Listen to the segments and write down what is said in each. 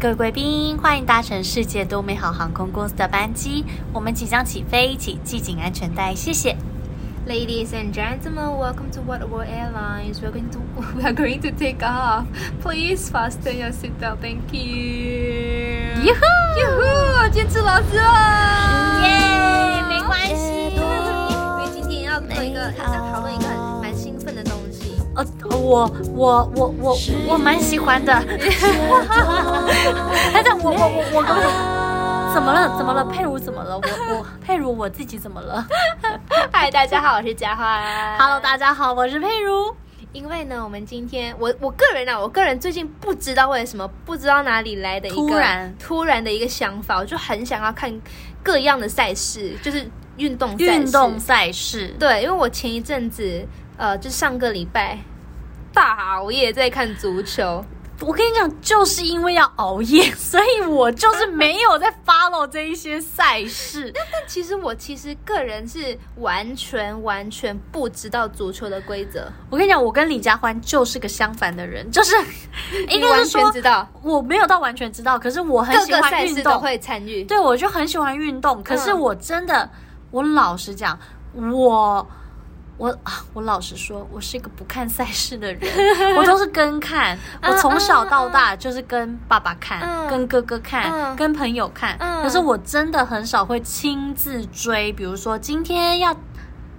各位贵宾，欢迎搭乘世界多美好航空公司的班机，我们即将起飞，请系紧安全带，谢谢。 Ladies and gentlemen, welcome to What World Airlines. We're going to we are going to take off. Please fasten your seatbelt. Thank you. 哟吼哟呼，坚持老师了。耶没关系 因为今天要做一个，要讨论一个很蛮兴奋的东西。 呃，我我我我我蛮喜欢的。 他在我我我我刚刚怎么 了？怎么了？佩如怎么了？我我佩如我自己怎么了 嗨，大家好，我是佳欢。 ？Hello，大家好，我是佩如。因为呢，我们今天我我个人啊，我个人最近不知道为什么，不知道哪里来的一个突然突然的一个想法，我就很想要看各样的赛事，就是运动赛事。运动赛事，对，因为我前一阵子呃，就上个礼拜大熬夜在看足球，我跟你讲，就是因为要熬夜，所以我就是没有在 follow 这一些赛事。但其实我其实个人是完全完全不知道足球的规则，我跟你讲，我跟李佳欢就是个相反的人，就是应你该完是全说知道，我没有到完全知道，可是我很各喜个欢赛运事都动。会参与。对，我就很喜欢运嗯动，可是我真的，我老实讲，我我啊，我老实说，我是一个不看赛事的 人，我都是跟看。我从小到大就是跟爸爸看，嗯跟哥哥看，嗯跟朋友看。嗯可是我真的很少会亲自追，比如说今天要。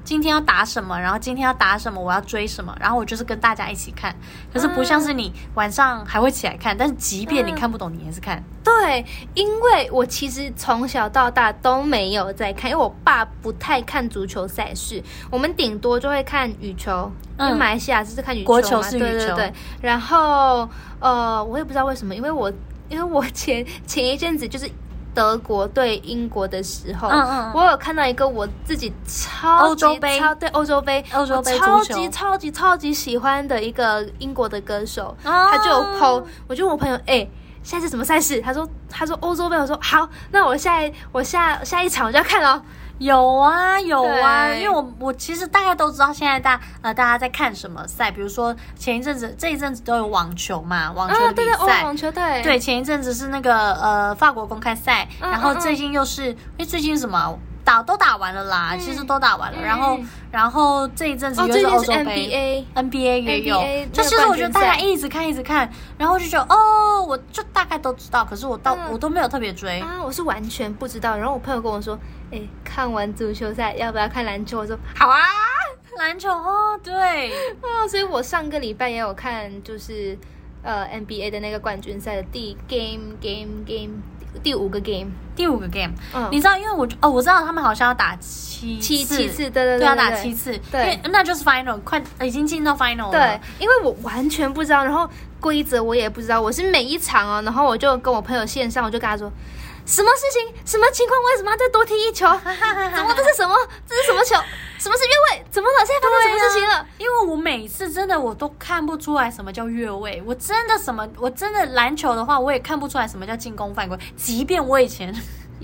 今天要打什么，然后今天要打什么，我要追什么，然后我就是跟大家一起看。可是不像是你晚上还会起来看，但是即便你嗯看不懂，你也是看。对，因为我其实从小到大都没有在看，因为我爸不太看足球赛事，我们顶多就会看羽球。因为嗯马来西亚就是看羽球嘛，国球是羽球对对对。然后呃，我也不知道为什么，因为我因为我前 前一阵子就是德国对英国的时候，嗯嗯嗯我有看到一个我自己超级欧洲杯超对欧洲杯，欧洲杯我超足球级超级超级喜欢的一个英国的歌手，他他就有哦 PO，我就问我朋友，哎、下一次什么赛事？他说他说欧洲杯，我说好，那我下一我下下一场我就要看哦。有啊有啊，对因为我我其实大概都知道现在大呃大家在看什么赛，比如说前一阵子这一阵子都有网球嘛，网球啊，的对比对，欧赛。网球队，对，前一阵子是那个呃法国公开赛，嗯然后最近又是，因为最近什么打都打完了啦，其实都打完了，嗯然后然后这一阵子哦，又最是近欧是洲杯， NBA， NBA 也有 NBA，就那个其实我冠觉军得大家赛一直看一直看，然后我就觉得哦，我就大概都知道，可是我到、嗯我都没有特别追，啊，我是完全不知道。然后我朋友跟我说，哎、看完足球赛要不要看篮球？我说好啊。篮球哦，对，啊，所以我上个礼拜也有看，就是呃 NBA 的那个冠军赛的第 game game game 第五个 game，第五个 game，、嗯，你知道，因为我哦，我知道他们好像要打七七次七次，对对对，对，要啊打对七次，对因为那就是 final，快已经进到 final 了。对，因为我完全不知道，然后规则我也不知道，我是每一场哦，然后我就跟我朋友线上，我就跟他说。什么事情？什么情况？为什么要再多踢 一球？怎么这是什么？这是什么球？什么是越位？怎么了？现在发生什么事情了？因为我每次真的我都看不出来什么叫越位，我真的什么，我真的篮球的话，我也看不出来什么叫进攻犯规。即便我以前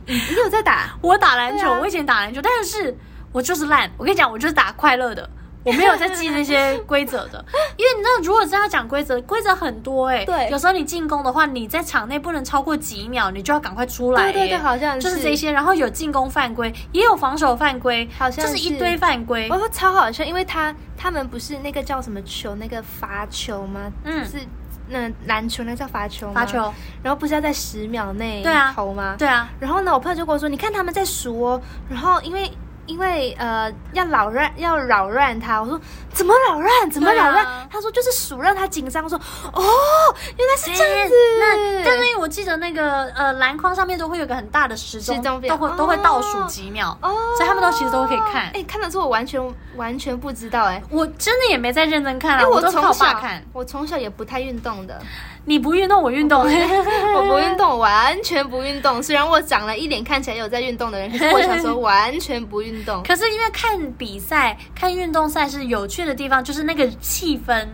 你有在打？我打篮球，对啊我以前打篮球，但是我就是烂。我跟你讲，我就是打快乐的，我没有在记那些规则 的。因为你知道，如果真要讲规则，规则很多哎、对有时候你进攻的话，你在场内不能超过几秒，你就要赶快出来、对欸。对对，好像就是是这。些，然后有进攻犯规，也有防守犯规，好像就是一是堆犯规我。说超好笑，因为他他们不是那个叫什么球，那个罚球吗？嗯就是那篮球那叫罚球吗？罚。球，然后不是要在十秒内对啊投吗？对啊，然后呢，我朋友就跟我说，你看他们在数哦，然后因为。因为呃，要扰乱要扰乱他，我说怎么扰乱？怎么扰对乱？啊他说就是数让他紧张。我说哦，原来是这样子。那但是因为我记得那个呃篮筐上面都会有个很大的时钟，时钟都表会都会倒数哦几秒，哦，所以他们都其实都可以看哎、看得出我完全完全不知道哎、我真的也没在认真看因啊，为我都是从靠爸小看。我从小也不太运动的，你不运动，我运 动。啊我不运动，完全不运动。虽然我长了一脸看起来有在运动的人，可是我小时候完全不运 动。可是因为看比赛、看运动赛事有趣的地方，就是那个气氛，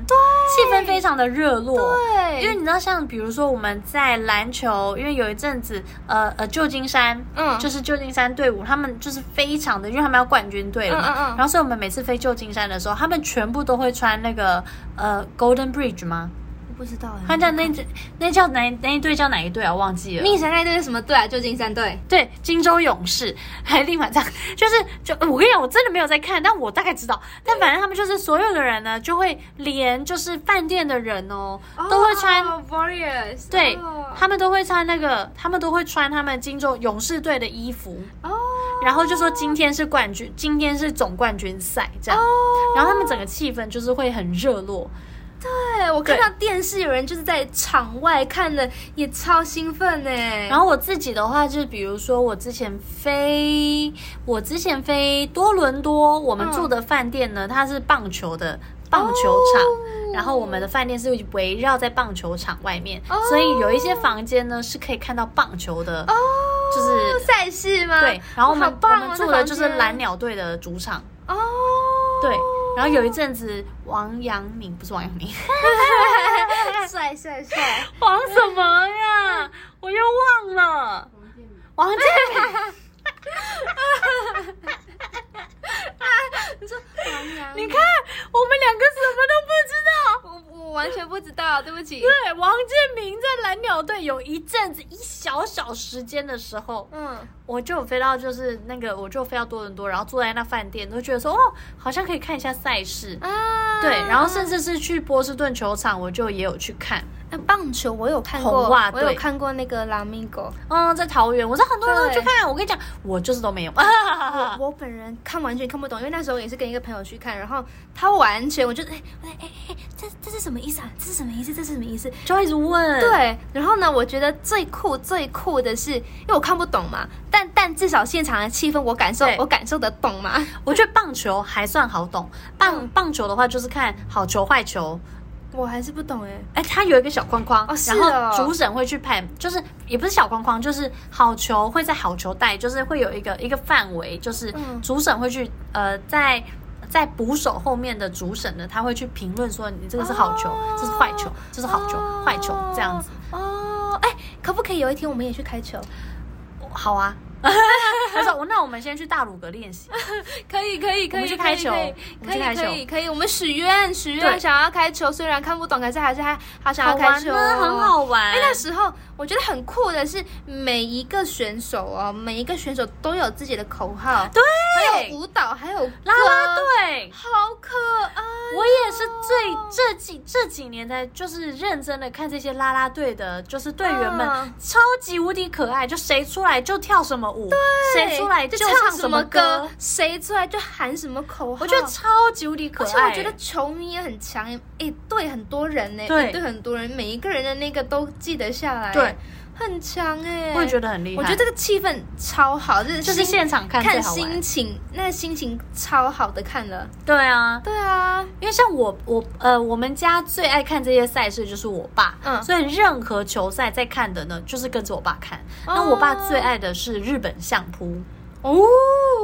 气氛非常的热络。对，因为你知道，像比如说我们在篮球，因为有一阵子，呃呃，旧金山，嗯就是旧金山队伍，他们就是非常的，因为他们要冠军队了嘛，嗯嗯嗯然后所以我们每次飞旧金山的时候，他们全部都会穿那个呃 Golden Bridge 吗？不知道哎、他叫那那叫哪那一队叫哪一队啊？忘记了。密神那队是什么队啊？旧金山队。对，荆州勇士 还另外这样，就是就我跟你讲，我真的没有在看，但我大概知道。但反正他们就是所有的人呢，就会连就是饭店的人哦，都会穿。哦 Warriors，对哦他们都会穿那个，他们都会穿他们荆州勇士队的衣服，哦然后就说今天是冠军，今天是总冠军赛这样，哦，然后他们整个气氛就是会很热络，对哎我看到电视有人就是在场外看的，也超兴奋哎。然后我自己的话，就是比如说我之前飞，我之前飞多伦多，我们嗯住的饭店呢，它是棒球的棒球场。哦然后我们的饭店是围绕在棒球场外面哦所以有一些房间呢是可以看到棒球的哦，就是赛事吗？对。然后我们、好棒哦我们住的就是那房间蓝鸟队的主场，哦，对。然后有 一阵子王阳明不是王阳明， 帅帅帅，王什么呀？ 我又忘了，王建 民。你说王 阳，你看，我们两个什么都不知道。我我完全不知道，对不起。对，王建民在蓝鸟队有一阵子一小小时间的时候，嗯，我就有飞到就是那个，我就飞到多伦多，然后坐在那饭店，都觉得说哦，好像可以看一下赛事。啊，对，然后甚至是去波士顿球场，我就也有去看。哎棒球我有看红过袜，我队有看过那个拉米狗，嗯，在桃园，我知道很多人都去对看。我跟你讲，我就是都没有。啊我我本人看完全看不懂，因为那时候也是跟一个朋友去看，然后他完全我就哎哎哎哎，这这是什么意思啊？这是什么意思？这是什么意思？ 就会一直问，，对，然后呢，我觉得最酷最酷的是，因为我看不懂嘛，但但至少现场的气氛我感受对我感受得懂嘛。我觉得棒球还算好懂。棒嗯棒球的话，就是看好球坏球，我还是不懂哎、哎，它有一个小框框，哦是然哦后主审会去判，就是也不是小框框，就是好球会在好球带，就是会有一个一个范围，就是嗯主审会去呃在在捕手后面的主审呢，他会去评论说你这个是好球，哦这是坏球，这是好球，哦坏球这样子，哦，哎、可不可以有一天我们也去开球？好 啊。他说：“我那我们先去大鲁阁练习。可以可以我们去开球我们可去以开球可以可以，我们许愿许对愿想要开球，虽然看不懂，可是还是还好想好要开玩球，呢，很好玩哎、。那时候我觉得很酷的是，每一个选手哦，每一个选手都有自己的口号，对，还有舞蹈，还有啦啦歌，队，好可爱。哦我也是最嗯这几这几年才就是认真的看这些啦啦队的，就是队员们、嗯超级无敌可爱，就谁出来就跳什么舞，对谁出来就唱什么歌，，谁出来就喊什么口号。我觉得超级无敌可而爱。且我觉得球迷也很强，哎，对很多人呢，对一对很多人，每一个人的那个都记得下来，对，很强哎。我也觉得很厉害。我觉得这个气氛超好，就是就是心现场看最看好玩心。情，那个心情超好的看了。对啊，对啊，因为像我我呃，我们家最爱看这些赛事就是我爸，嗯所以任何球赛在看的呢，就是跟着我爸看。那哦我爸最爱的是日本相扑。哦，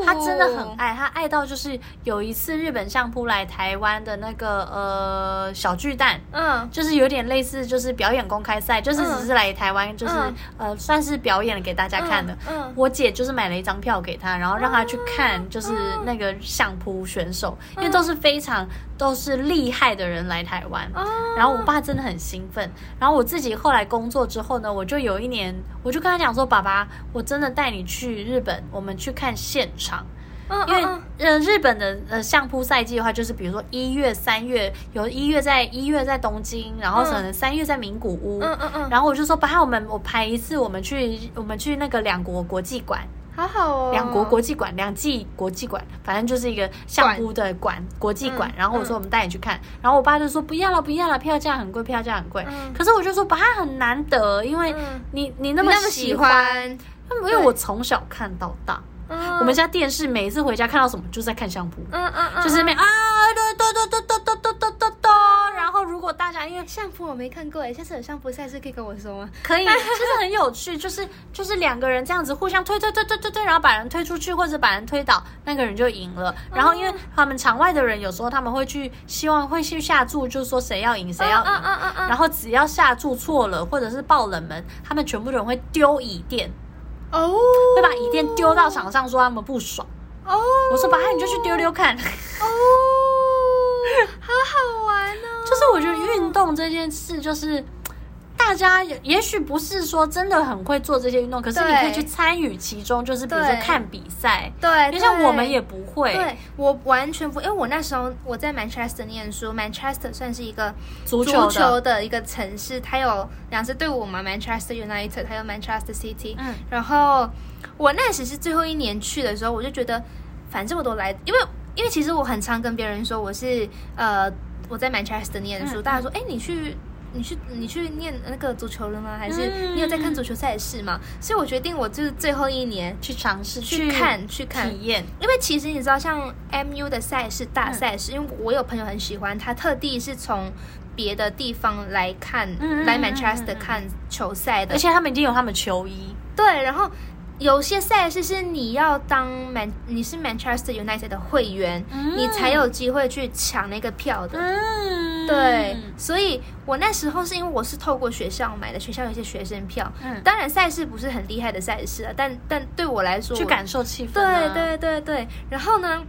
他真的很爱，他爱到就是有一次日本相扑来台湾的那个呃小巨蛋，嗯，就是有点类似就是表演公开赛，就是嗯只是来台湾就是、嗯呃算是表演给大家看的。嗯，嗯我姐就是买了一张票给他，然后让他去哦看，就是那个相扑选手，因嗯为都是非常都是厉害的人来台湾。哦，然后我爸真的很兴奋。然后我自己后来工作之后呢，我就有一年，我就跟他讲说：“爸爸，我真的带你去日本，我们去看现场。”嗯因为嗯呃，日本的呃相扑赛季的话，就是比如说一月、三月有一月在一月在东京，然后可能三月在名古屋。嗯嗯嗯，然后我就说，爸，我们我排一次，我们去我们去那个两国国际馆，好好哦，两国国际馆，两季国际馆，反正就是一个相扑的馆，国际馆嗯。然后我说我们带你去看，然后我爸就说不要了，不要了，票价很贵，票价很贵。嗯可是我就说，爸，很难得，因为嗯你你那那么么喜喜欢，欢，因为我从小看到大，嗯我们家电视每一次回家看到什么，就在看相扑。嗯嗯嗯，就是那边啊，咚咚咚咚咚咚咚咚咚，然后如果大家因为相扑我没看过哎，下次有相扑赛事可以跟我说吗？可以，就是很有趣，就是就是两个人这样子互相推推推推推推，然后把人推出去或者把人推倒，那个人就赢了。嗯然后因为他们场外的人有时候他们会去希望会去下注，就是说谁要赢谁要赢。嗯嗯嗯嗯，然后只要下注错了，或者是爆冷门，他们全部人会丢椅垫，哦，会把椅垫丢到场上，说他们不爽。哦，我说：“爸，你就去丢丢看。”哦，好好玩哦，就是就是我觉得运动这件事，就是大家也也许不是说真的很会做这些运动，可是你对可以去参与其中，就是比如说对看比赛，对，就像对我们也不会哎对我完全不，因为我那时候我在 Manchester 念书，Manchester 算是一个足球球的，的一个城市，它有两支队伍嘛，Manchester United，还有 Manchester City。嗯，然后我那时是最后一年去的时候，我就觉得反正我都来，因为因为其实我很常跟别人说我是呃我在 Manchester 念书，嗯大家说哎你去。你去你去念那个足球了吗？还是嗯你有在看足球赛事吗？所以我决定我就是最后一年去尝试去看去看体验，因为其实你知道，像 MU 的赛事大嗯赛事，因为我有朋友很喜欢，他特地是从别的地方来看，嗯嗯来嗯 Manchester 嗯嗯看球赛的而。且他们已经有他们球衣，对，然后有些赛事是你要当 Man，你是 Manchester United 的会员，嗯你才有机会去抢那个票的。嗯，对，所以我那时候是因为我是透过学校买的，学校有一些学生票。嗯当然赛事不是很厉害的赛事啊，但但对我来说，去我感受气氛啊，对对对对，然后呢，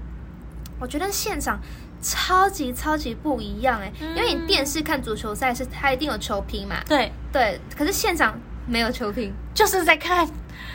我觉得现场超级超级不一样哎、嗯因为你电视看足球赛是它一定有球评嘛，对，对，可是现场没有球评，就是在看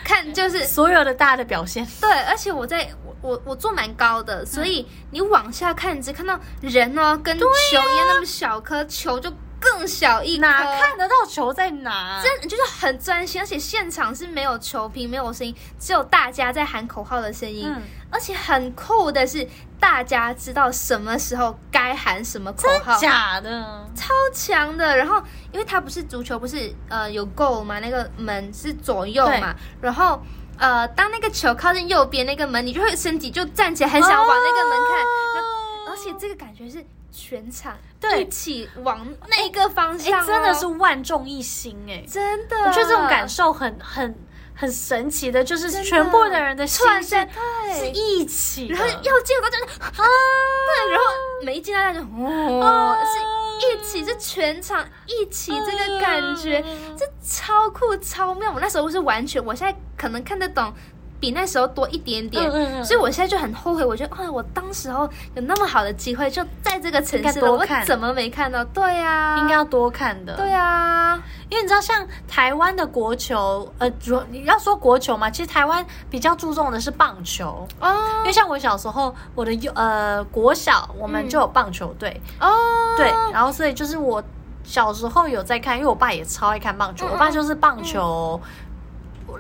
看就是所有的大的表现，对，而且我在我我我坐蛮高的，所以你往下看，你只看到人哦跟球一样那么小颗，球就更小一颗，哪看得到球在哪？真就是很专心，而且现场是没有球评，没有声音，只有大家在喊口号的声音。嗯而且很酷的是，大家知道什么时候该喊什么口号，超假的，强的。然后，因为它不是足球，不是呃有 goal 嘛，那个门是左右嘛，然后。呃，当那个球靠近右边那个门，你就会身体就站啊起来，很想往那个门看。看而且这个感觉是全场对一起往那个方哎、向、哦真的是万众一心哎、真的，我觉得这种感受很很很神奇的，就是真的全部的人的心突然是间对是一起的，然后要进我就啊，对，然后没进到那就哦，啊是一起，是全场一起这个感觉，嗯这超酷超妙。我那时候是完全，我现在可能看得懂。比那时候多一点点，嗯嗯嗯所以我现在就很后悔。我觉得，啊，我当时候有那么好的机会，就在这个城市应该了，多我看怎么没看到？对呀、应该要多看的，对呀、啊因为你知道，像台湾的国球，呃，主你要说国球嘛，其实台湾比较注重的是棒球。因哦为像我小时候，我的幼呃国小我嗯们就有棒球队，哦，对，然后所以就是我小时候有在看，因为我爸也超爱看棒球，嗯嗯嗯我爸就是棒球、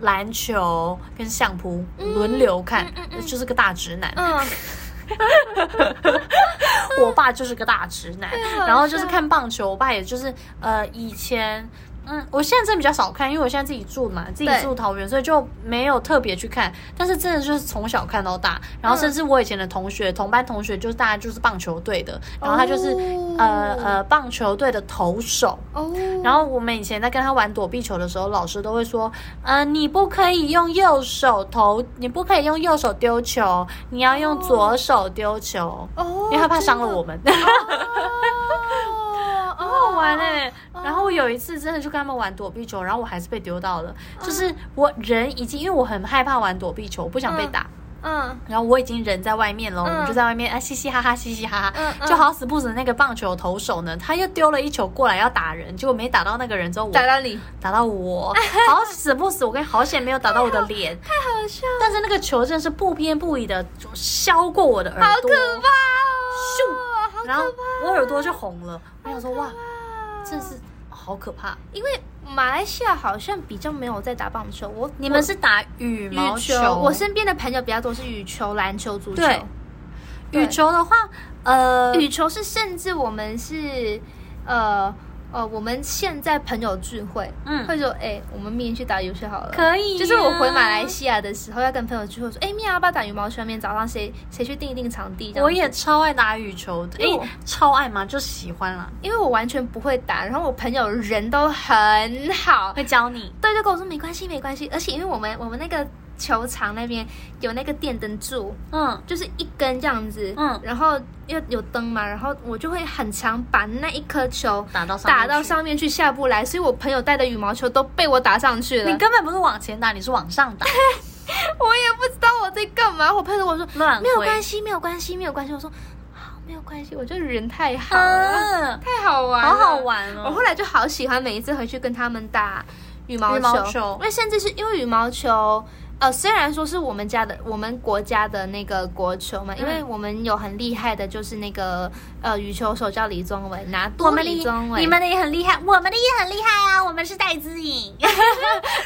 篮球跟相扑轮流看，嗯嗯嗯就是个大直 男。嗯，我爸就是个大直男，好然后就是笑看棒啊球，我爸也就是呃以前。嗯，我现在真的比较少看，因为我现在自己住嘛，自己对住桃园，所以就没有特别去看。但是真的就是从小看到大，然后嗯甚至我以前的同学、同班同学，就是大家就是棒球队的，然后他就是、哦呃呃棒球队的投手，哦，然后我们以前在跟他玩躲避球的时候，老师都会说，呃，你不可以用右手投，你不可以用右手丢球，你要用左手丢球，哦，因为他怕伤了我们。哦，很很 好玩哎、哦然后我有一次真的就跟他们玩躲避球，然后我还是被丢到哦了，就是我人已经，因为我很害怕玩躲避球，我不想被打。嗯然后我已经人在外面了，嗯我们就在外面啊，嘻嘻哈哈，嘻嘻哈哈。嗯嗯就好死不死，那个棒球投手呢，他又丢了一球过来要打人，结果没打到那个人之后，我打到你，打到我，好死不死，我跟好险没有打到我的脸， 好笑，但是那个球真的是不偏不倚的就削过我的耳朵，好可怕哦！然好后可怕我耳朵就红了，我想说哇，啊！真是哦好可怕。因为马来西亚好像比较没有在打棒球，我你们是打羽我毛羽我身边的朋友比较多是羽球、篮球、足球。对对羽球的话，呃，羽球是甚至我们是呃呃，我们现在朋友聚会，嗯会说哎、我们明天去打羽球好了。可以呀就是我回马来西亚的时候，要跟朋友聚会说，哎、明天要不要打羽毛球？明天早上谁谁去定一定场地？这样子我也超爱打羽球的，因为诶，我超爱嘛，就喜欢啦，因为我完全不会打，然后我朋友人都很好，会教你。对，就跟我说没关系，没关系。而且因为我们我们那个球场那边有那个电灯柱，嗯，就是一根这样子，嗯然后又有灯嘛，然后我就会很常把那一颗球打到上面打到去上面去下不来，所以我朋友带的羽毛球都被我打上去了你。根本不是往前打，你是往 上打，我也不知道我在干嘛，我朋友跟我说乱挥没有关系，没有关系，没有关系。我说。啊没有关系，我觉得人太好了，嗯，太好玩了，好好。玩我哦。后来就好喜欢每一次回去跟他们打羽毛羽毛球因为甚至是因为羽毛球，呃，虽然说是我们家的我们国家的那个国球嗯嘛，因为我们有很厉害的，就是那个呃羽球手叫李宗伟，拿我多们的李宗伟，你们的也很厉害，我们的也很厉害啊！我们是戴资 颖，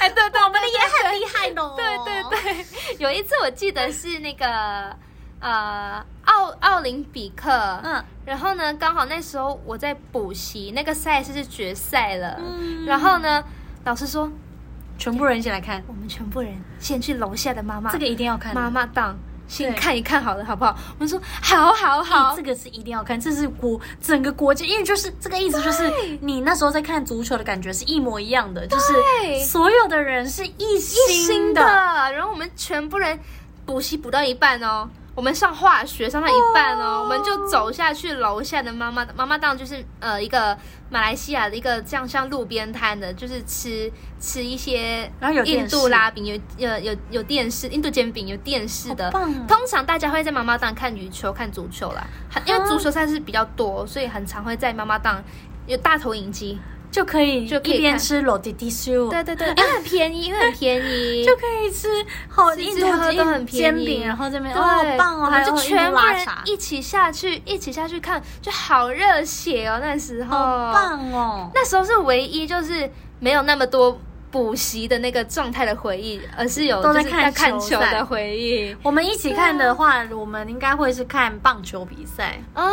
哎对对，我们的也很厉害 哦。对对对，有一次我记得是那个呃奥奥林匹克，嗯然后呢，刚好那时候我在补习，那个赛事是决赛了，嗯，然后呢，老师说全部人一起来看，我们全部人先去楼下的妈妈这个一定要看的。妈妈档先对看一看好了，好不好？我们说好好好哎这，个是一定要看，这是国整个国家，因为就是这个意思，就是你那时候在看足球的感觉是一模一样的，就是所有的人是一一心心的，的，然后我们全部人补习补到一半哦。我们上化学上到一半哦，哦我们就走下去楼下的妈妈妈妈档，就是呃一个马来西亚的一个这样像路边摊的，就是吃吃一些然后有电印视度拉饼，有有有有电视印度煎饼，有电视的好。棒哦通常大家会在妈妈档看羽球、看足球啦，很因为啊足球赛事比较多，所以很常会在妈妈档有大投影机。就可以就可以看一边吃裸弟弟酥，对对对，因为很便宜，因为很便 宜，就可以吃好吃印吃度喝都很煎煎便宜饼，然后这边对哦好棒哦，我们还就有全部拉人茶，一起下去，一起下去看，就好热血哦！那时候，好棒哦。那时候是唯一就是没有那么多补习的那个状态的回忆，而是有都哦就在是看在看球球赛的回忆我们一起看的话，我们应该会是看棒球比赛。哦。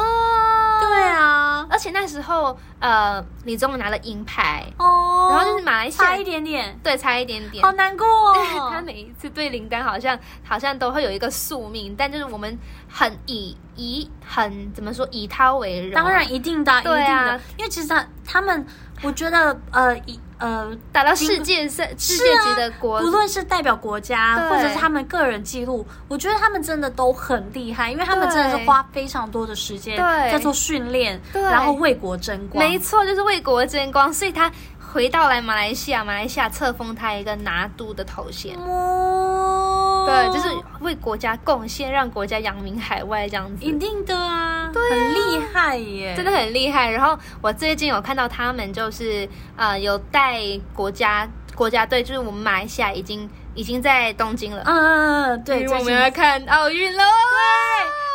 对啊，而且那时候，呃，李宗伟拿了银牌，哦，然后就是马来西亚差一，点点，对，差一点点好。难过哦。 他每一次对林丹好像好像都会有一个宿命，但就是我们很以以很怎么说以他为荣啊，当然一定的啊，一定对啊的，因为其实他他们，我觉得呃一呃，打到世界赛世界级的国，不论是代表国家对或者是他们个人记录，我觉得他们真的都很厉害，因为他们对真的是花非常多的时间对在做训练，对然后为国争光。没错，就是为国争光，所以他回到来马来西亚，马来西亚册封他一个拿督的头衔。哦对，就是为国家贡献，让国家扬名海外这样子一，定的啊，很厉害耶，真的很厉害。然后我最近有看到他们就是呃有带国家国家队，就是我们马来西亚已经已经在东京了，嗯，嗯嗯，嗯对，我最们近要看奥运喽。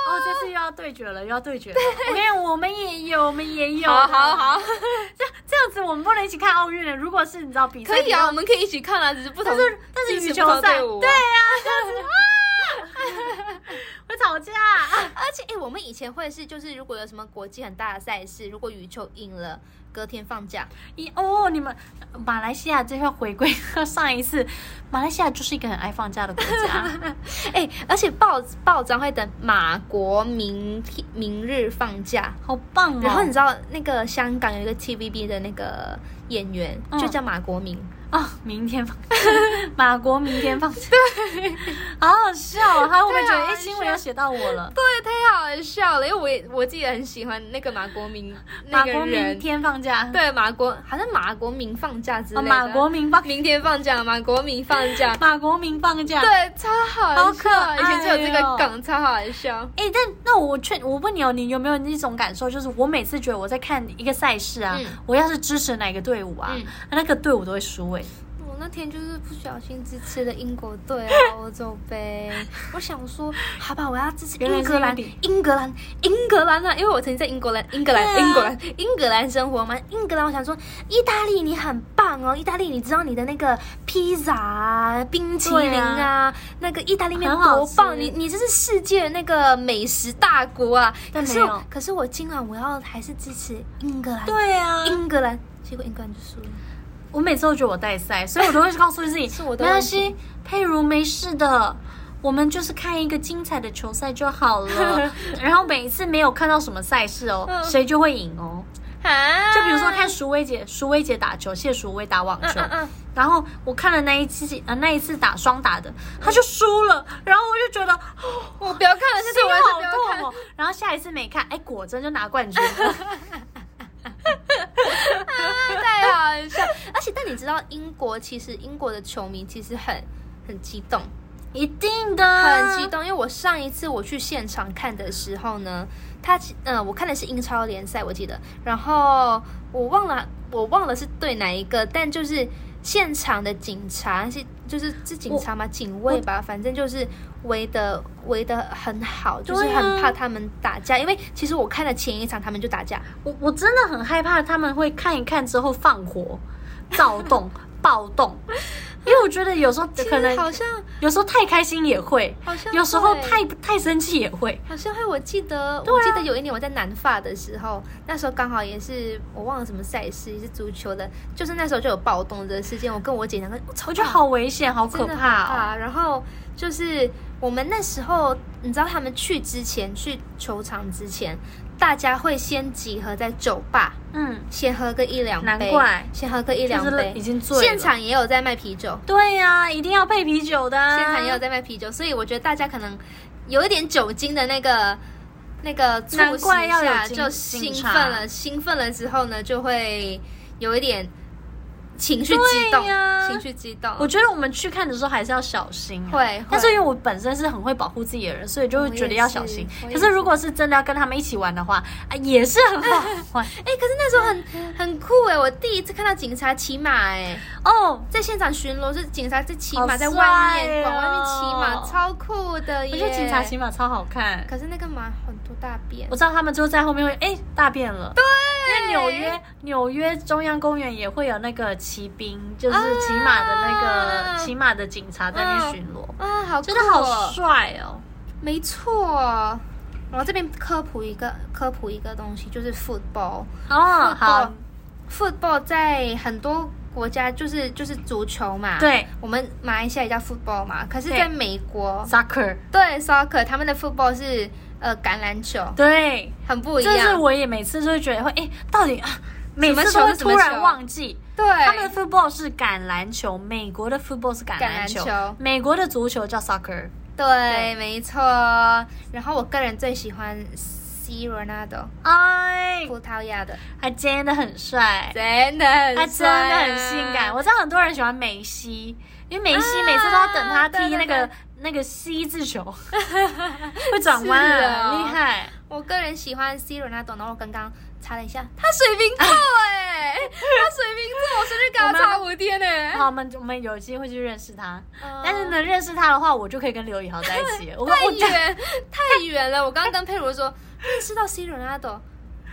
哦，这次又要对决了，又要对决了。我跟你讲，我们也有，我们也有。好好好， 这样子我们不能一起看奥运了。如果是你知道比赛，可以啊，我们可以一起看啊，只是不同，但是但是支持羽球不同赛，队伍啊对 啊，这样子啊，会吵架。 而且，哎、我们以前会是，就是如果有什么国际很大的赛事，如果羽球赢了，隔天放假。一哦，你们马来西亚这要回归 上一次，马来西亚就是一个很爱放假的国家。 哎、而且报报章会等马国明天明日放假。好棒哦！然后你知道那个香港有一个 TVB 的那个演员，嗯就叫马国明，哦，明天放 马国明天放假，对，好好笑哦。还有我们觉对得啊哎，新闻又写到我了。对，太好笑了，因为我也我自己很喜欢那个马国明马那个国明人，天放假，对马国好像马国明放假之类哦，的，马国明放明天放假，马国明放假，马国明放假。对，超好笑，哎好可爱以前就有这个哦梗，超好笑。哎、但那我劝我问你哦，你有没有那种感受？就是我每次觉得我在看一个赛事啊，嗯我要是支持哪个队伍啊，嗯那个队伍都会输哎、我那天就是不小心支持了英国队啊，欧洲杯。我想说，好吧，我要支持原来是英格兰因为你，英格兰，英格兰啊！因为我曾经在英格兰、英格兰、对啊英格兰、英格兰生活嘛，英格兰。我想说，意大利你很棒哦，意大利，你知道你的那个披萨、啊、冰淇淋对啊，那个意大利面很好多棒！吃你你这是世界那个美食大国啊！但可没是有我可是我今晚我要还是支持英格兰，对啊英格兰。结果英格兰就输了。我每次都觉得我带赛，所以我都会告诉自己， 是我的没关问题系，佩如没事的。我们就是看一个精彩的球赛就好 了，然后每一次没有看到什么赛事哦，嗯谁就会赢哦。啊！就比如说看淑薇姐，淑薇姐打球，谢淑薇打网嗯球，嗯嗯，然后我看了那一期，呃，那一次打双打嗯的，她就输了，然后我就觉得哦我不要看了，现在心我还是不要好看。痛哦。然后下一次没看，哎，果真就拿冠军 了。太好笑！而且，但你知道，英国其实英国的球迷其实很很激动，一定的，很激。动，因为我上一次我去现场看的时候呢，他嗯、呃，我看的是英超联赛，我记得，然后我忘了我忘了是对哪一个，但就是现场的警察是就是是警察嘛，警卫吧，反正就是围的围的很好，就是对啊很怕他们打架，因为其实我看了前一场他们就打架，我我真的很害怕他们会看一看之后放 火、躁动、暴动，因为我觉得有时候可其实啊好能像有时候太开心也会，好像有时候会太太生气也会。好像会，我记得，对啊我记得有一年我在南法的时候，那时候刚好也是我忘了什么赛事，也是足球的，就是那时候就有暴动的事件。我跟我姐两个，我操我觉得好危险，好可真的怕哦！啊！然后就是我们那时候，你知道他们去之前，去球场之前，大家会先集合在酒吧，嗯，先喝个一两杯，难怪先喝个一两就是杯，已经醉了现场也有在卖啤酒，对呀、一定要配啤酒的、啊。现场也有在卖啤酒，所以我觉得大家可能有一点酒精的那个那个促难使怪一要有下警就兴警奋察了，兴奋了之后呢，就会有一点情绪对激动，呀情绪激动，我觉得我们去看的时候还是要小心、啊，会会但是因为我本身是很会保护自己的人，所以就会觉得要小心我。也可是是如果是真的要跟他们一起玩的话，啊，也是很好 玩哎、可是那时候很很酷哎、我第一次看到警察骑马哎、哦。在现场巡逻，是警察在骑马，好在外帅面哦往外面骑马，超酷的耶！我觉得警察骑马超好看，可是那个马很多大便我，知道他们就在后面会哎大便了。对，因为纽约纽约中央公园也会有那个骑兵，就是骑马的那啊个骑马的警察在那边巡逻，啊，好酷、哦，真的好帅哦。没错。然后这边科普一个科普一个东西，就是 football。哦，好， football 在很多国家就是就是足球嘛，对，我们马来西亚也叫 football 嘛，可是对在美国， soccer，对 soccer 他们的 football 是呃橄榄球，对，很不一这是样。我也每次就会觉得会，哎、到底啊，每次球都会是什么突球然忘记。对，他们的 football 是橄榄球，美国的 football 是橄榄球，橄榄球美国的足球叫 soccer。对，没错。然后我个人最喜欢 C Ronaldo，哎，葡萄牙的，他真的很帅，真的很帅他真啊，的很性感。我知道很多人喜欢梅西，因为梅西每次都要等他踢啊对对那个、对那个 C 字 球，会转弯啊，是哦很厉害。我个人喜欢 C Ronaldo，然后我刚刚查了一下，他水瓶座哎、他水瓶座，我生日刚我好妈差五天哎、好，我们我们有机会去认识他，嗯但是能认识他的话，我就可以跟刘以豪在一 起了。我呃太我远太远了。我刚刚跟佩如说，认识到 C Ronaldo，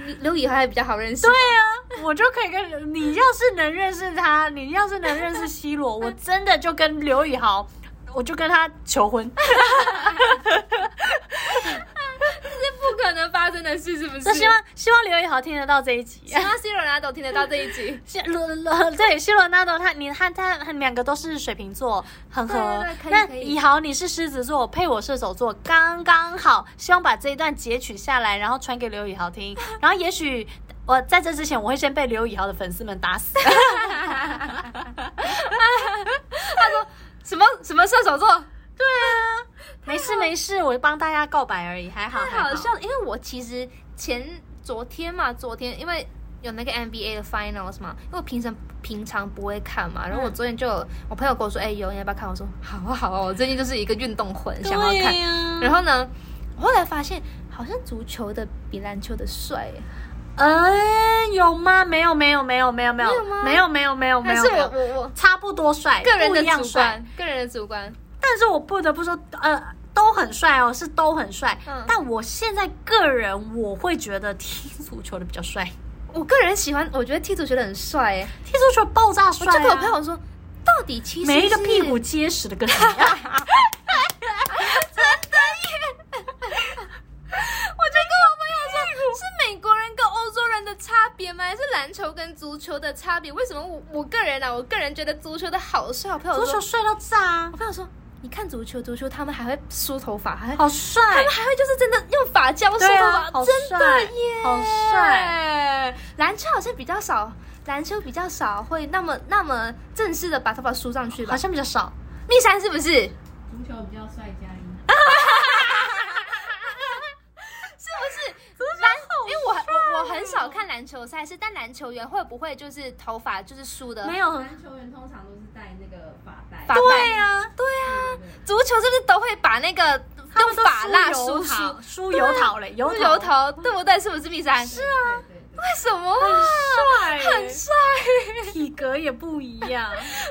你刘以豪还比较好认识。对啊我就可以跟你，要是能认识他，你要是能认识 C 罗，我真的就跟刘宇豪，我就跟他求 婚。不可能发生的事，是不是？那希望希望刘宇豪听得到这一 集 希。望 C Ronaldo 听得到这一集。希罗罗对希罗纳多他你他他他们两个都是水瓶座，很合对对对可。以那可以以豪你是狮子座，配我射手座，刚刚好。希望把这一段截取下来，然后传给刘宇豪听。然后也许我在这之前，我会先被刘宇豪的粉丝们打死。 什么什么射手座？没事没事，我帮大家告白而已，还好太还好笑了，因为我其实前昨天嘛，昨天因为有那个 NBA 的 Finals 嘛，因为我平常平常不会看嗯嘛，然后我昨天就有我朋友跟我说，哎、有你要不要看？我说好啊好啊，我最近就是一个运动魂，想要看。看然后呢，我后来发现好像足球的比篮球的帅耶，嗯，有吗？没有，没有，没有，没有，没有没有吗，没有，没有，没有，没还有，是没我有，我我差不多帅，个人 Oh 不的一样主帅。观，个人的主观，但是我不得不说，呃，都很帅哦，是都很帅。嗯但我现在个人我会觉得踢足球的比较帅，我个人喜欢，我觉得踢足球的很帅耶，踢足球爆炸我帅、就啊。跟我朋友说，到底其实每一个是屁股结实的跟什么样？我就跟我朋友说，是美国人跟欧洲人的差别吗？还是篮球跟足球的差别？为什么我我个人啊，我个人觉得足球的好 帅。我朋友足球说，帅到炸、啊我，朋友说，你看足球，足球他们还会梳头发，还会好帅，他们还会就是真的用发胶梳头对啊发，，好真的帅耶，，好帅。。篮球好像比较少，篮球比较少会那么那么正式的把头发梳上去吧好。像比较少，蜜山是不是？足球比较帅，佳音。是不是篮？因为我我我很少看篮球赛事，但篮球员会不会就是头发就是梳的？哦没有篮球员通常都是戴那个发带。发对呀、啊对对对足球是不是都会把那个他啊用们都法蜡输梳油梳桃，输油桃嘞，油是油头，对不对？是不是蜜山？是啊，对对对，为什么哎啊？帅，很帅。体格也不一样，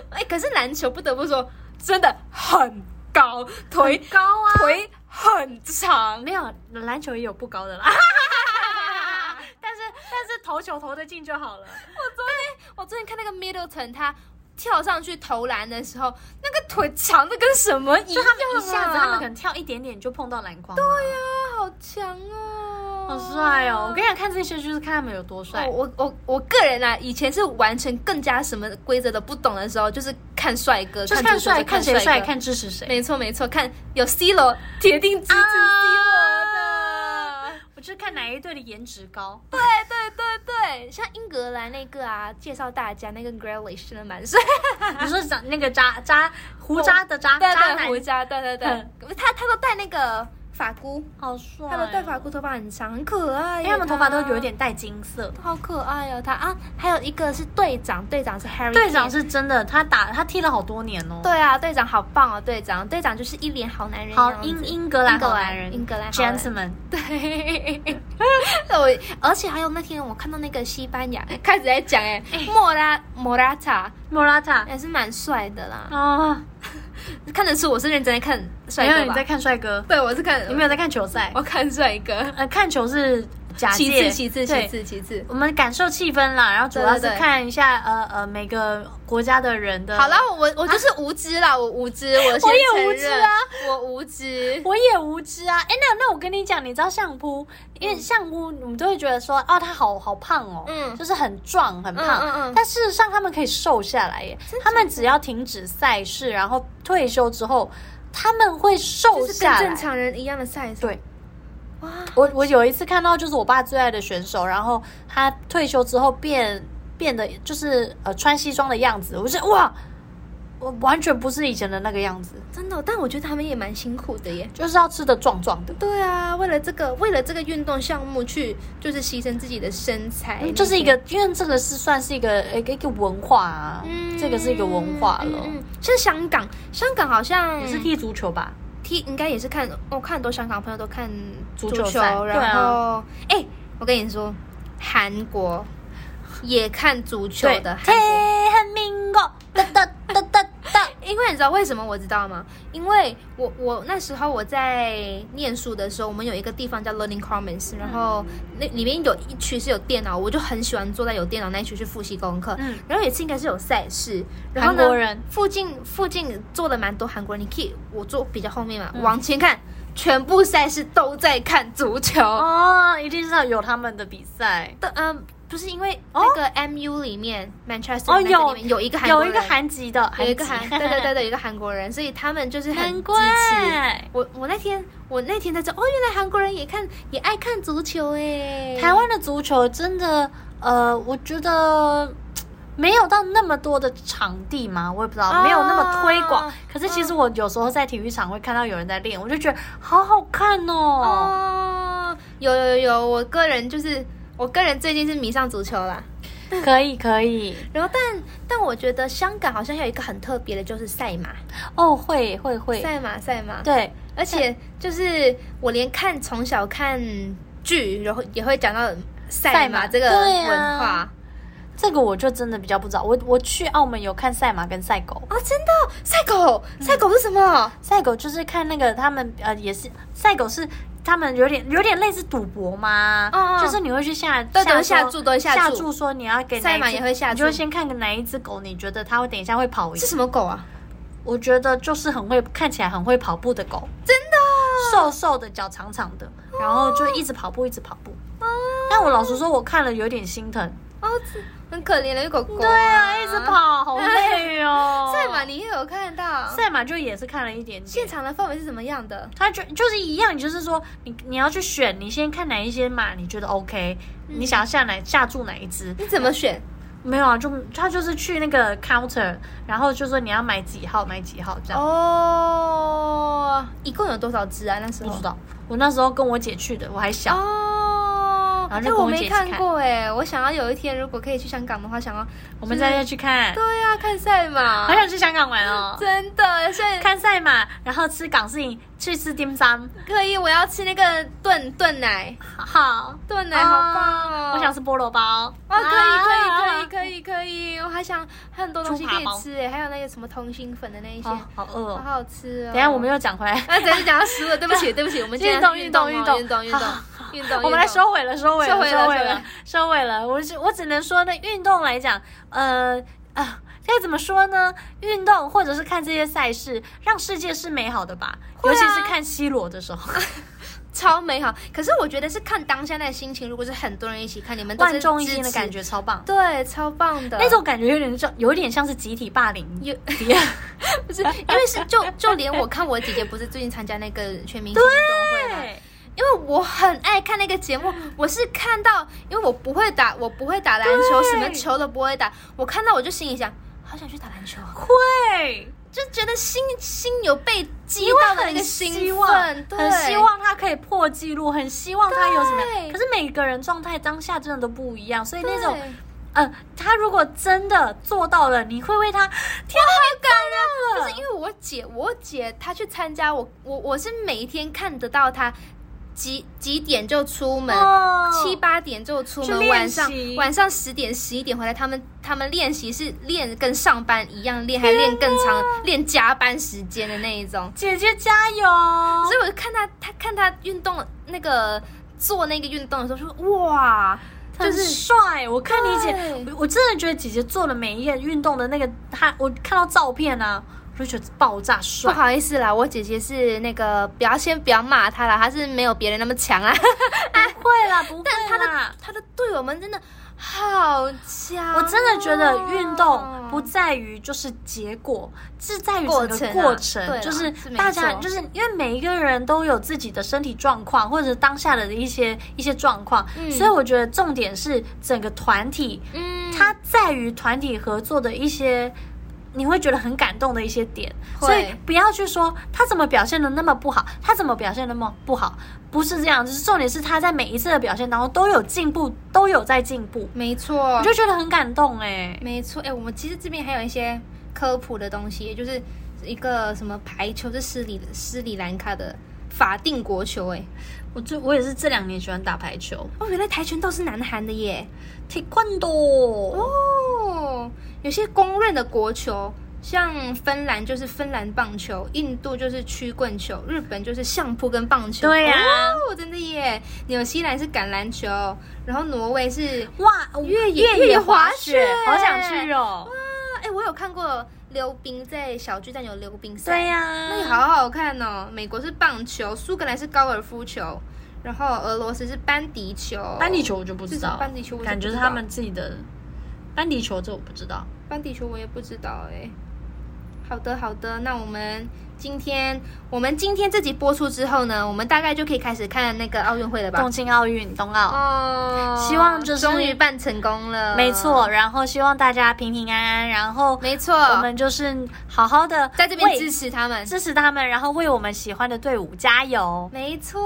哎，可是篮球不得不说，真的很高，腿很高啊，腿很长。没有篮球也有不高的啦。啊 但是但是投球投得进就好了，我最近看那个 Middleton，他跳上去投篮的时候，那个腿长的跟什么一就他样、啊，们一下子他们可能跳一点点就碰到篮筐了，对呀、啊，好强哦，好帅哦！我跟你讲，看这些就是看他们有多帅。我我我我个人啊，以前是完全更加什么规则都不懂的时候，就是看帅哥，就是看看足球帅，看谁帅，哥看支持谁。没错没错，看有 C 罗，铁定支持 C 罗的。我就是看哪一队的颜值高。对对对，像英格兰那个啊，介绍大家那个 Grealish 真的蛮帅， 你说长那个渣渣胡渣的渣对渣对，男胡，渣，对对对，他他都戴那个发箍，好帅哦。他都戴发箍，头发很长，很可爱因耶。啊为他们头发都有一点带金色。好可爱哦，他啊，还有一个是队长，队长是 Harry，队长 Kane 是真的，他打他踢了好多年哦。对啊，队长好棒哦！队长，队长就是一脸好男人好样子英英格兰好男人，英格兰好男人 gentleman， 对，我而且还有那天我看到那个西班牙开始在讲哎、莫拉莫拉塔莫拉塔也是蛮帅的啦，啊，看得出我是认真在看帅没有哥你吧在？看帅哥，对，我是看你没有在看球赛我？看帅哥，呃，看球是假其借，次其对次其。次其次。我们感受气氛啦，然后主要是对对对看一下呃呃每个国家的人的。好啦，，我我就是无知啦，我无知，嗯我先我也承无知认啊，我无知。我也无知啊。哎、那那我跟你讲，你知道相扑，因为相扑我们都会觉得说，哦，他好好胖哦，嗯就是很壮很胖，嗯嗯嗯但事实上他们可以瘦下来耶，他们只要停止赛事，然后退休之后，他们会瘦就是跟下正来。常人一样的 size，对，哇，我我有一次看到，就是我爸最爱的选手，然后他退休之后变变得就是呃穿西装的样子，我就哇，我完全不是以前的那个样子，真的，但我觉得他们也蛮辛苦的耶。就是要吃的壮壮的，对啊，为了这个，为了这个运动项目去，就是牺牲自己的身材，嗯就是一个，因为这个是算是一个一个一个文化啊，嗯，这个是一个文化了。嗯，嗯嗯像香港，香港好像你是踢足球吧？踢，应该也是看，我看很多香港朋友都看足球，球赛对啊然后，哎、我跟你说，韩国也看足球的，天韩国明国，哒哒哒哒哒。因为你知道为什么我知道吗？因为我我那时候我在念书的时候，我们有一个地方叫 Learning 嗯 Commons，然后那里面有一区是有电脑，我就很喜欢坐在有电脑那一区去复习功课。嗯然后有一次应该是有赛事，然后呢韩国人附近附近坐了蛮多韩国人，你可以我坐比较后面嗯嘛，往前看，全部赛事都在看足球。 哦，一定是有他们的比赛。但嗯，不是因为哦那个 MU 里面、Manchester 哦 United 有里面有一个韩国有人一个韩籍的，有一个韩，对对对对，对，有一个韩国人，所以他们就是很难支怪持。我我那天我那天在这哦，原来韩国人也看也爱看足球哎，台湾的足球真的，呃，我觉得。嗯没有到那么多的场地嘛，我也不知道，啊没有那么推广嗯。可是其实我有时候在体育场会看到有人在练，我就觉得好好看哦。哦，有有有有，我个人就是我个人最近是迷上足球啦。可以可以，然后但但我觉得香港好像有一个很特别的，就是赛马，哦，会会会，赛马赛马，对，而且就是我连看从小看剧，然后也会讲到赛赛马马这个对啊文化啊这个我就真的比较不知道。我我去澳门有看赛马跟赛狗，真的哦赛狗赛狗是什么？赛狗就是看那个他们呃也是赛狗是他们有点有点类似赌博嘛，嗯嗯就是你会去下对对说下注对下下注注说你要给哪一赛马只也会下你就会注先看个哪一只狗，你觉得它会等一下会跑 赢是？什么狗啊？我觉得就是很会看起来很会跑步的狗，真的瘦哦瘦的脚长长的，然后就一直跑步一直跑步。但我老实说，我看了有点心疼。哦，这很可怜的一狗狗、。对啊，一直。跑，好累哦 赛马你也有看到？赛马就也是看了一点点现，场的氛围是怎么样的？它就就是一样，就是说你你要去选，你先看哪一些马你觉得 OK，、你嗯想要下哪下注哪一只？你怎么选？没有啊，就他就是去那个 counter，然后就说你要买几号买几号这样。哦，一共有多少只啊？那时候不知。道，我那时候跟我姐去的，我还小，哦，然后哎，就跟我我姐没一起看看过哎，我想要有一天如果可以去香港的话，想要我们再再去看，对嗯呀、看赛马好，想去香港玩哦，真的，所以看赛马，然后吃港式饮，去吃 dim sum，可以，我要吃那个炖炖奶，好好，炖奶好棒哦！我想吃菠萝包，啊啊，可以可以可以可以可以，我还想还有很多东西可猪以扒包吃哎，还有那个什么通心粉的那一些，好好好饿哦。好吃哦。等一下我们又讲回来，啊，等一下讲到食物，对 不起对不起，我们今天运动运动运运动动运动运动好运动，我们来收尾了，收尾了，收回收了尾收回了了，收尾了。我只我只能说，那运动来讲，呃啊，该怎么说呢？运动或者是看这些赛事，让世界是美好的吧，啊尤其是看 C 罗的时候，超美好。可是我觉得是看当下那个心情，如果是很多人一起看，你们都是 万众一心支的持感，觉超棒。对，超棒的那种感觉有点像，有点像是集体霸凌。有不是，因为是就就连我看我姐姐不是最近参加那个全明星运 动会啊嘛，对，因为我很爱看那个节目，我是看到，因为我不会打，我不会打篮球，对什么球都不会打，我看到我就心里想，好想去打篮球， 会，就觉得心心有被激因为到的那很个希兴望，奋，对很希。望他可以破纪录，很希望他有什么样。对可是每个人状态当下真的都不一样，所以对那种呃，他如果真的做到了，你会为他天啊，太就感是人因了！为我姐，我姐她去参加我，我我是每一天看得到她几几点就出门，哦七八点就出去门，练晚上习晚上十点十一点回来，他们他们练习是练跟上班一样练，啊还练更长，练加班时间的那一种。姐姐加油！所以我就看他，他看他运动那个做那个运动的时候，说哇，就很是帅，我看你姐，对我我真的觉得姐姐做了每一个运动的那个，她我看到照片啊，我就觉得爆炸不 帅。好意思啦，我姐姐是那个不要先不要骂她啦，她是没有别人那么强啊， 不会啦，不会但她啦的。她的队友们真的好强哦、我真的觉得运动不在于就是结果，是在于整过程个啊过程，对啊就是是没大家错就是因为每一个人都有自己的身体状况或者当下的一些一些状况，嗯所以我觉得重点是整个团体，嗯，它在于团体合作的一些。你会觉得很感动的一些点，会所以不要去说他怎么表现的那么不好，他怎么表现得那么不好，不是这样，就是重点是他在每一次的表现当中都有进步，都有在进步，没错，我就觉得很感动哎、没错，哎、我们其实这边还有一些科普的东西，就是一个什么排球是斯里斯里兰卡的法定国球，哎，我最我也是这两年喜欢打排球、哦，原来跆拳道是南韩的耶，踢罐斗，哦，有些公认的国球，像芬兰就是芬兰棒球，印度就是曲棍球，日本就是相扑跟棒球，对呀哦，真的耶，纽西兰是橄榄球，然后挪威是啊哇，越野野越越野滑滑雪雪，好想去哦！啊，哎、我有看过溜冰，在小巨蛋有溜冰赛，对呀、那也好好看哦。美国是棒球，苏格兰是高尔夫球，然后俄罗斯是班迪球。班迪球我就不知这道，是班迪球我就不知道感觉是他们自己的班迪球，这我不知道。班迪球我也不知道哎。好的好的，那我们今天我们今天这集播出之后呢，我们大概就可以开始看那个奥运会了吧东？京奥运、冬奥，哦，希望就是终于办成功了。没错。，然后希望大家平平安安，然后没错，我们就是好好的在这边支持他们。支持他们，然后为我们喜欢的队伍加油。没错，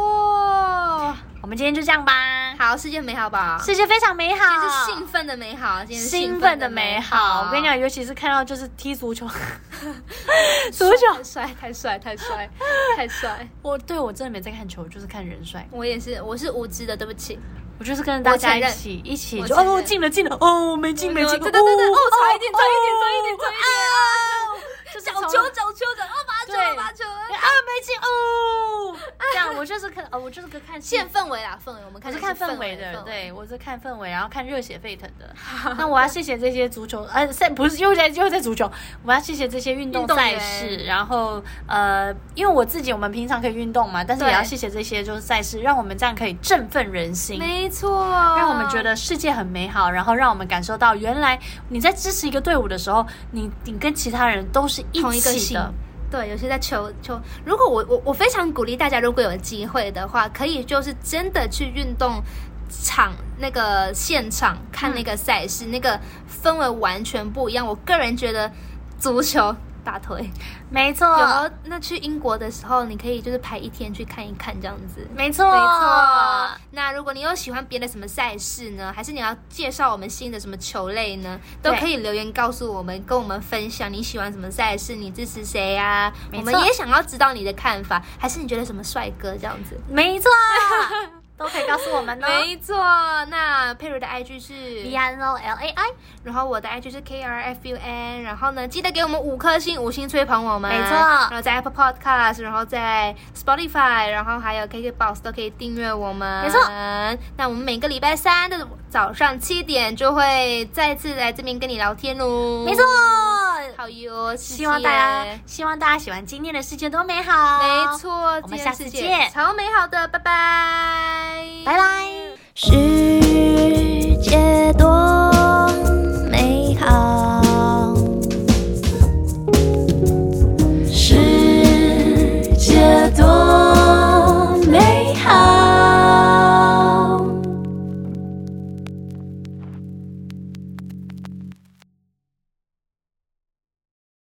我们今天就这样吧，好，世界美好吧？世界非常美好，是兴奋的美好，今天是啊兴奋奋的的美美好。我跟你讲，，尤其是看到就是踢足球，足球，太帅，太帅，太帅，太帅！我对我真的没在看球，就是看人帅。我也是，我是无知的，对不起。我就是跟着大家我承一认起一起我就承认哦进了进了哦没进没进对对对对，哦，差一点，差一点，差一点，差一点！啊就是角从球，角球的，哦，把球，对把球！啊没进哦，这样我就是看哦我就是个看现氛围啦，氛围，我们我看是的看氛围的，，对我是看氛围，然后看热血沸腾 的。那我要谢谢这些足球，呃，赛不是又在又在足球，我要谢谢这些运动运动赛员事。然后呃，因为我自己我们平常可以运动嘛，但是也对要谢谢这些就是赛事，让我们这样可以振奋人心。没啊错，让我们觉得世界很美好，然后让我们感受到，原来你在支持一个队伍的时候，你你跟其他人都是一同一个起心的。。对，有些在求求，如果我我我非常鼓励大家，如果有机会的话，可以就是真的去运动场那个现场嗯看那个赛事，那个氛围完全不一样。我个人觉得足球大腿。没错，有那去英国的时候，你可以就是排一天去看一看这样子。没错，没错。那如果你有喜欢别的什么赛事呢，还是你要介绍我们新的什么球类呢，都对可以留言告诉我们，跟我们分享你喜欢什么赛事，你支持谁呀、没我错们也想要知道你的看法，还是你觉得什么帅哥这样子？没 错，都可以告诉我们哦。没错，那佩如的 IG 是 B N O L A I，然后我的 IG 是 K R F U N，然后呢，记得给我们五颗星，五星吹捧我们，没错然后在 Apple Podcast，然后在 Spotify，然后还有 KKBox 都可以订阅我们，没错。那我们每个礼拜三的早上七点就会再次来这边跟你聊天哦，没错。好哟，谢谢希望大家，希望大家喜欢今天的世界多美好。没，错，我们今天下次世界见超美好的，拜拜，拜拜。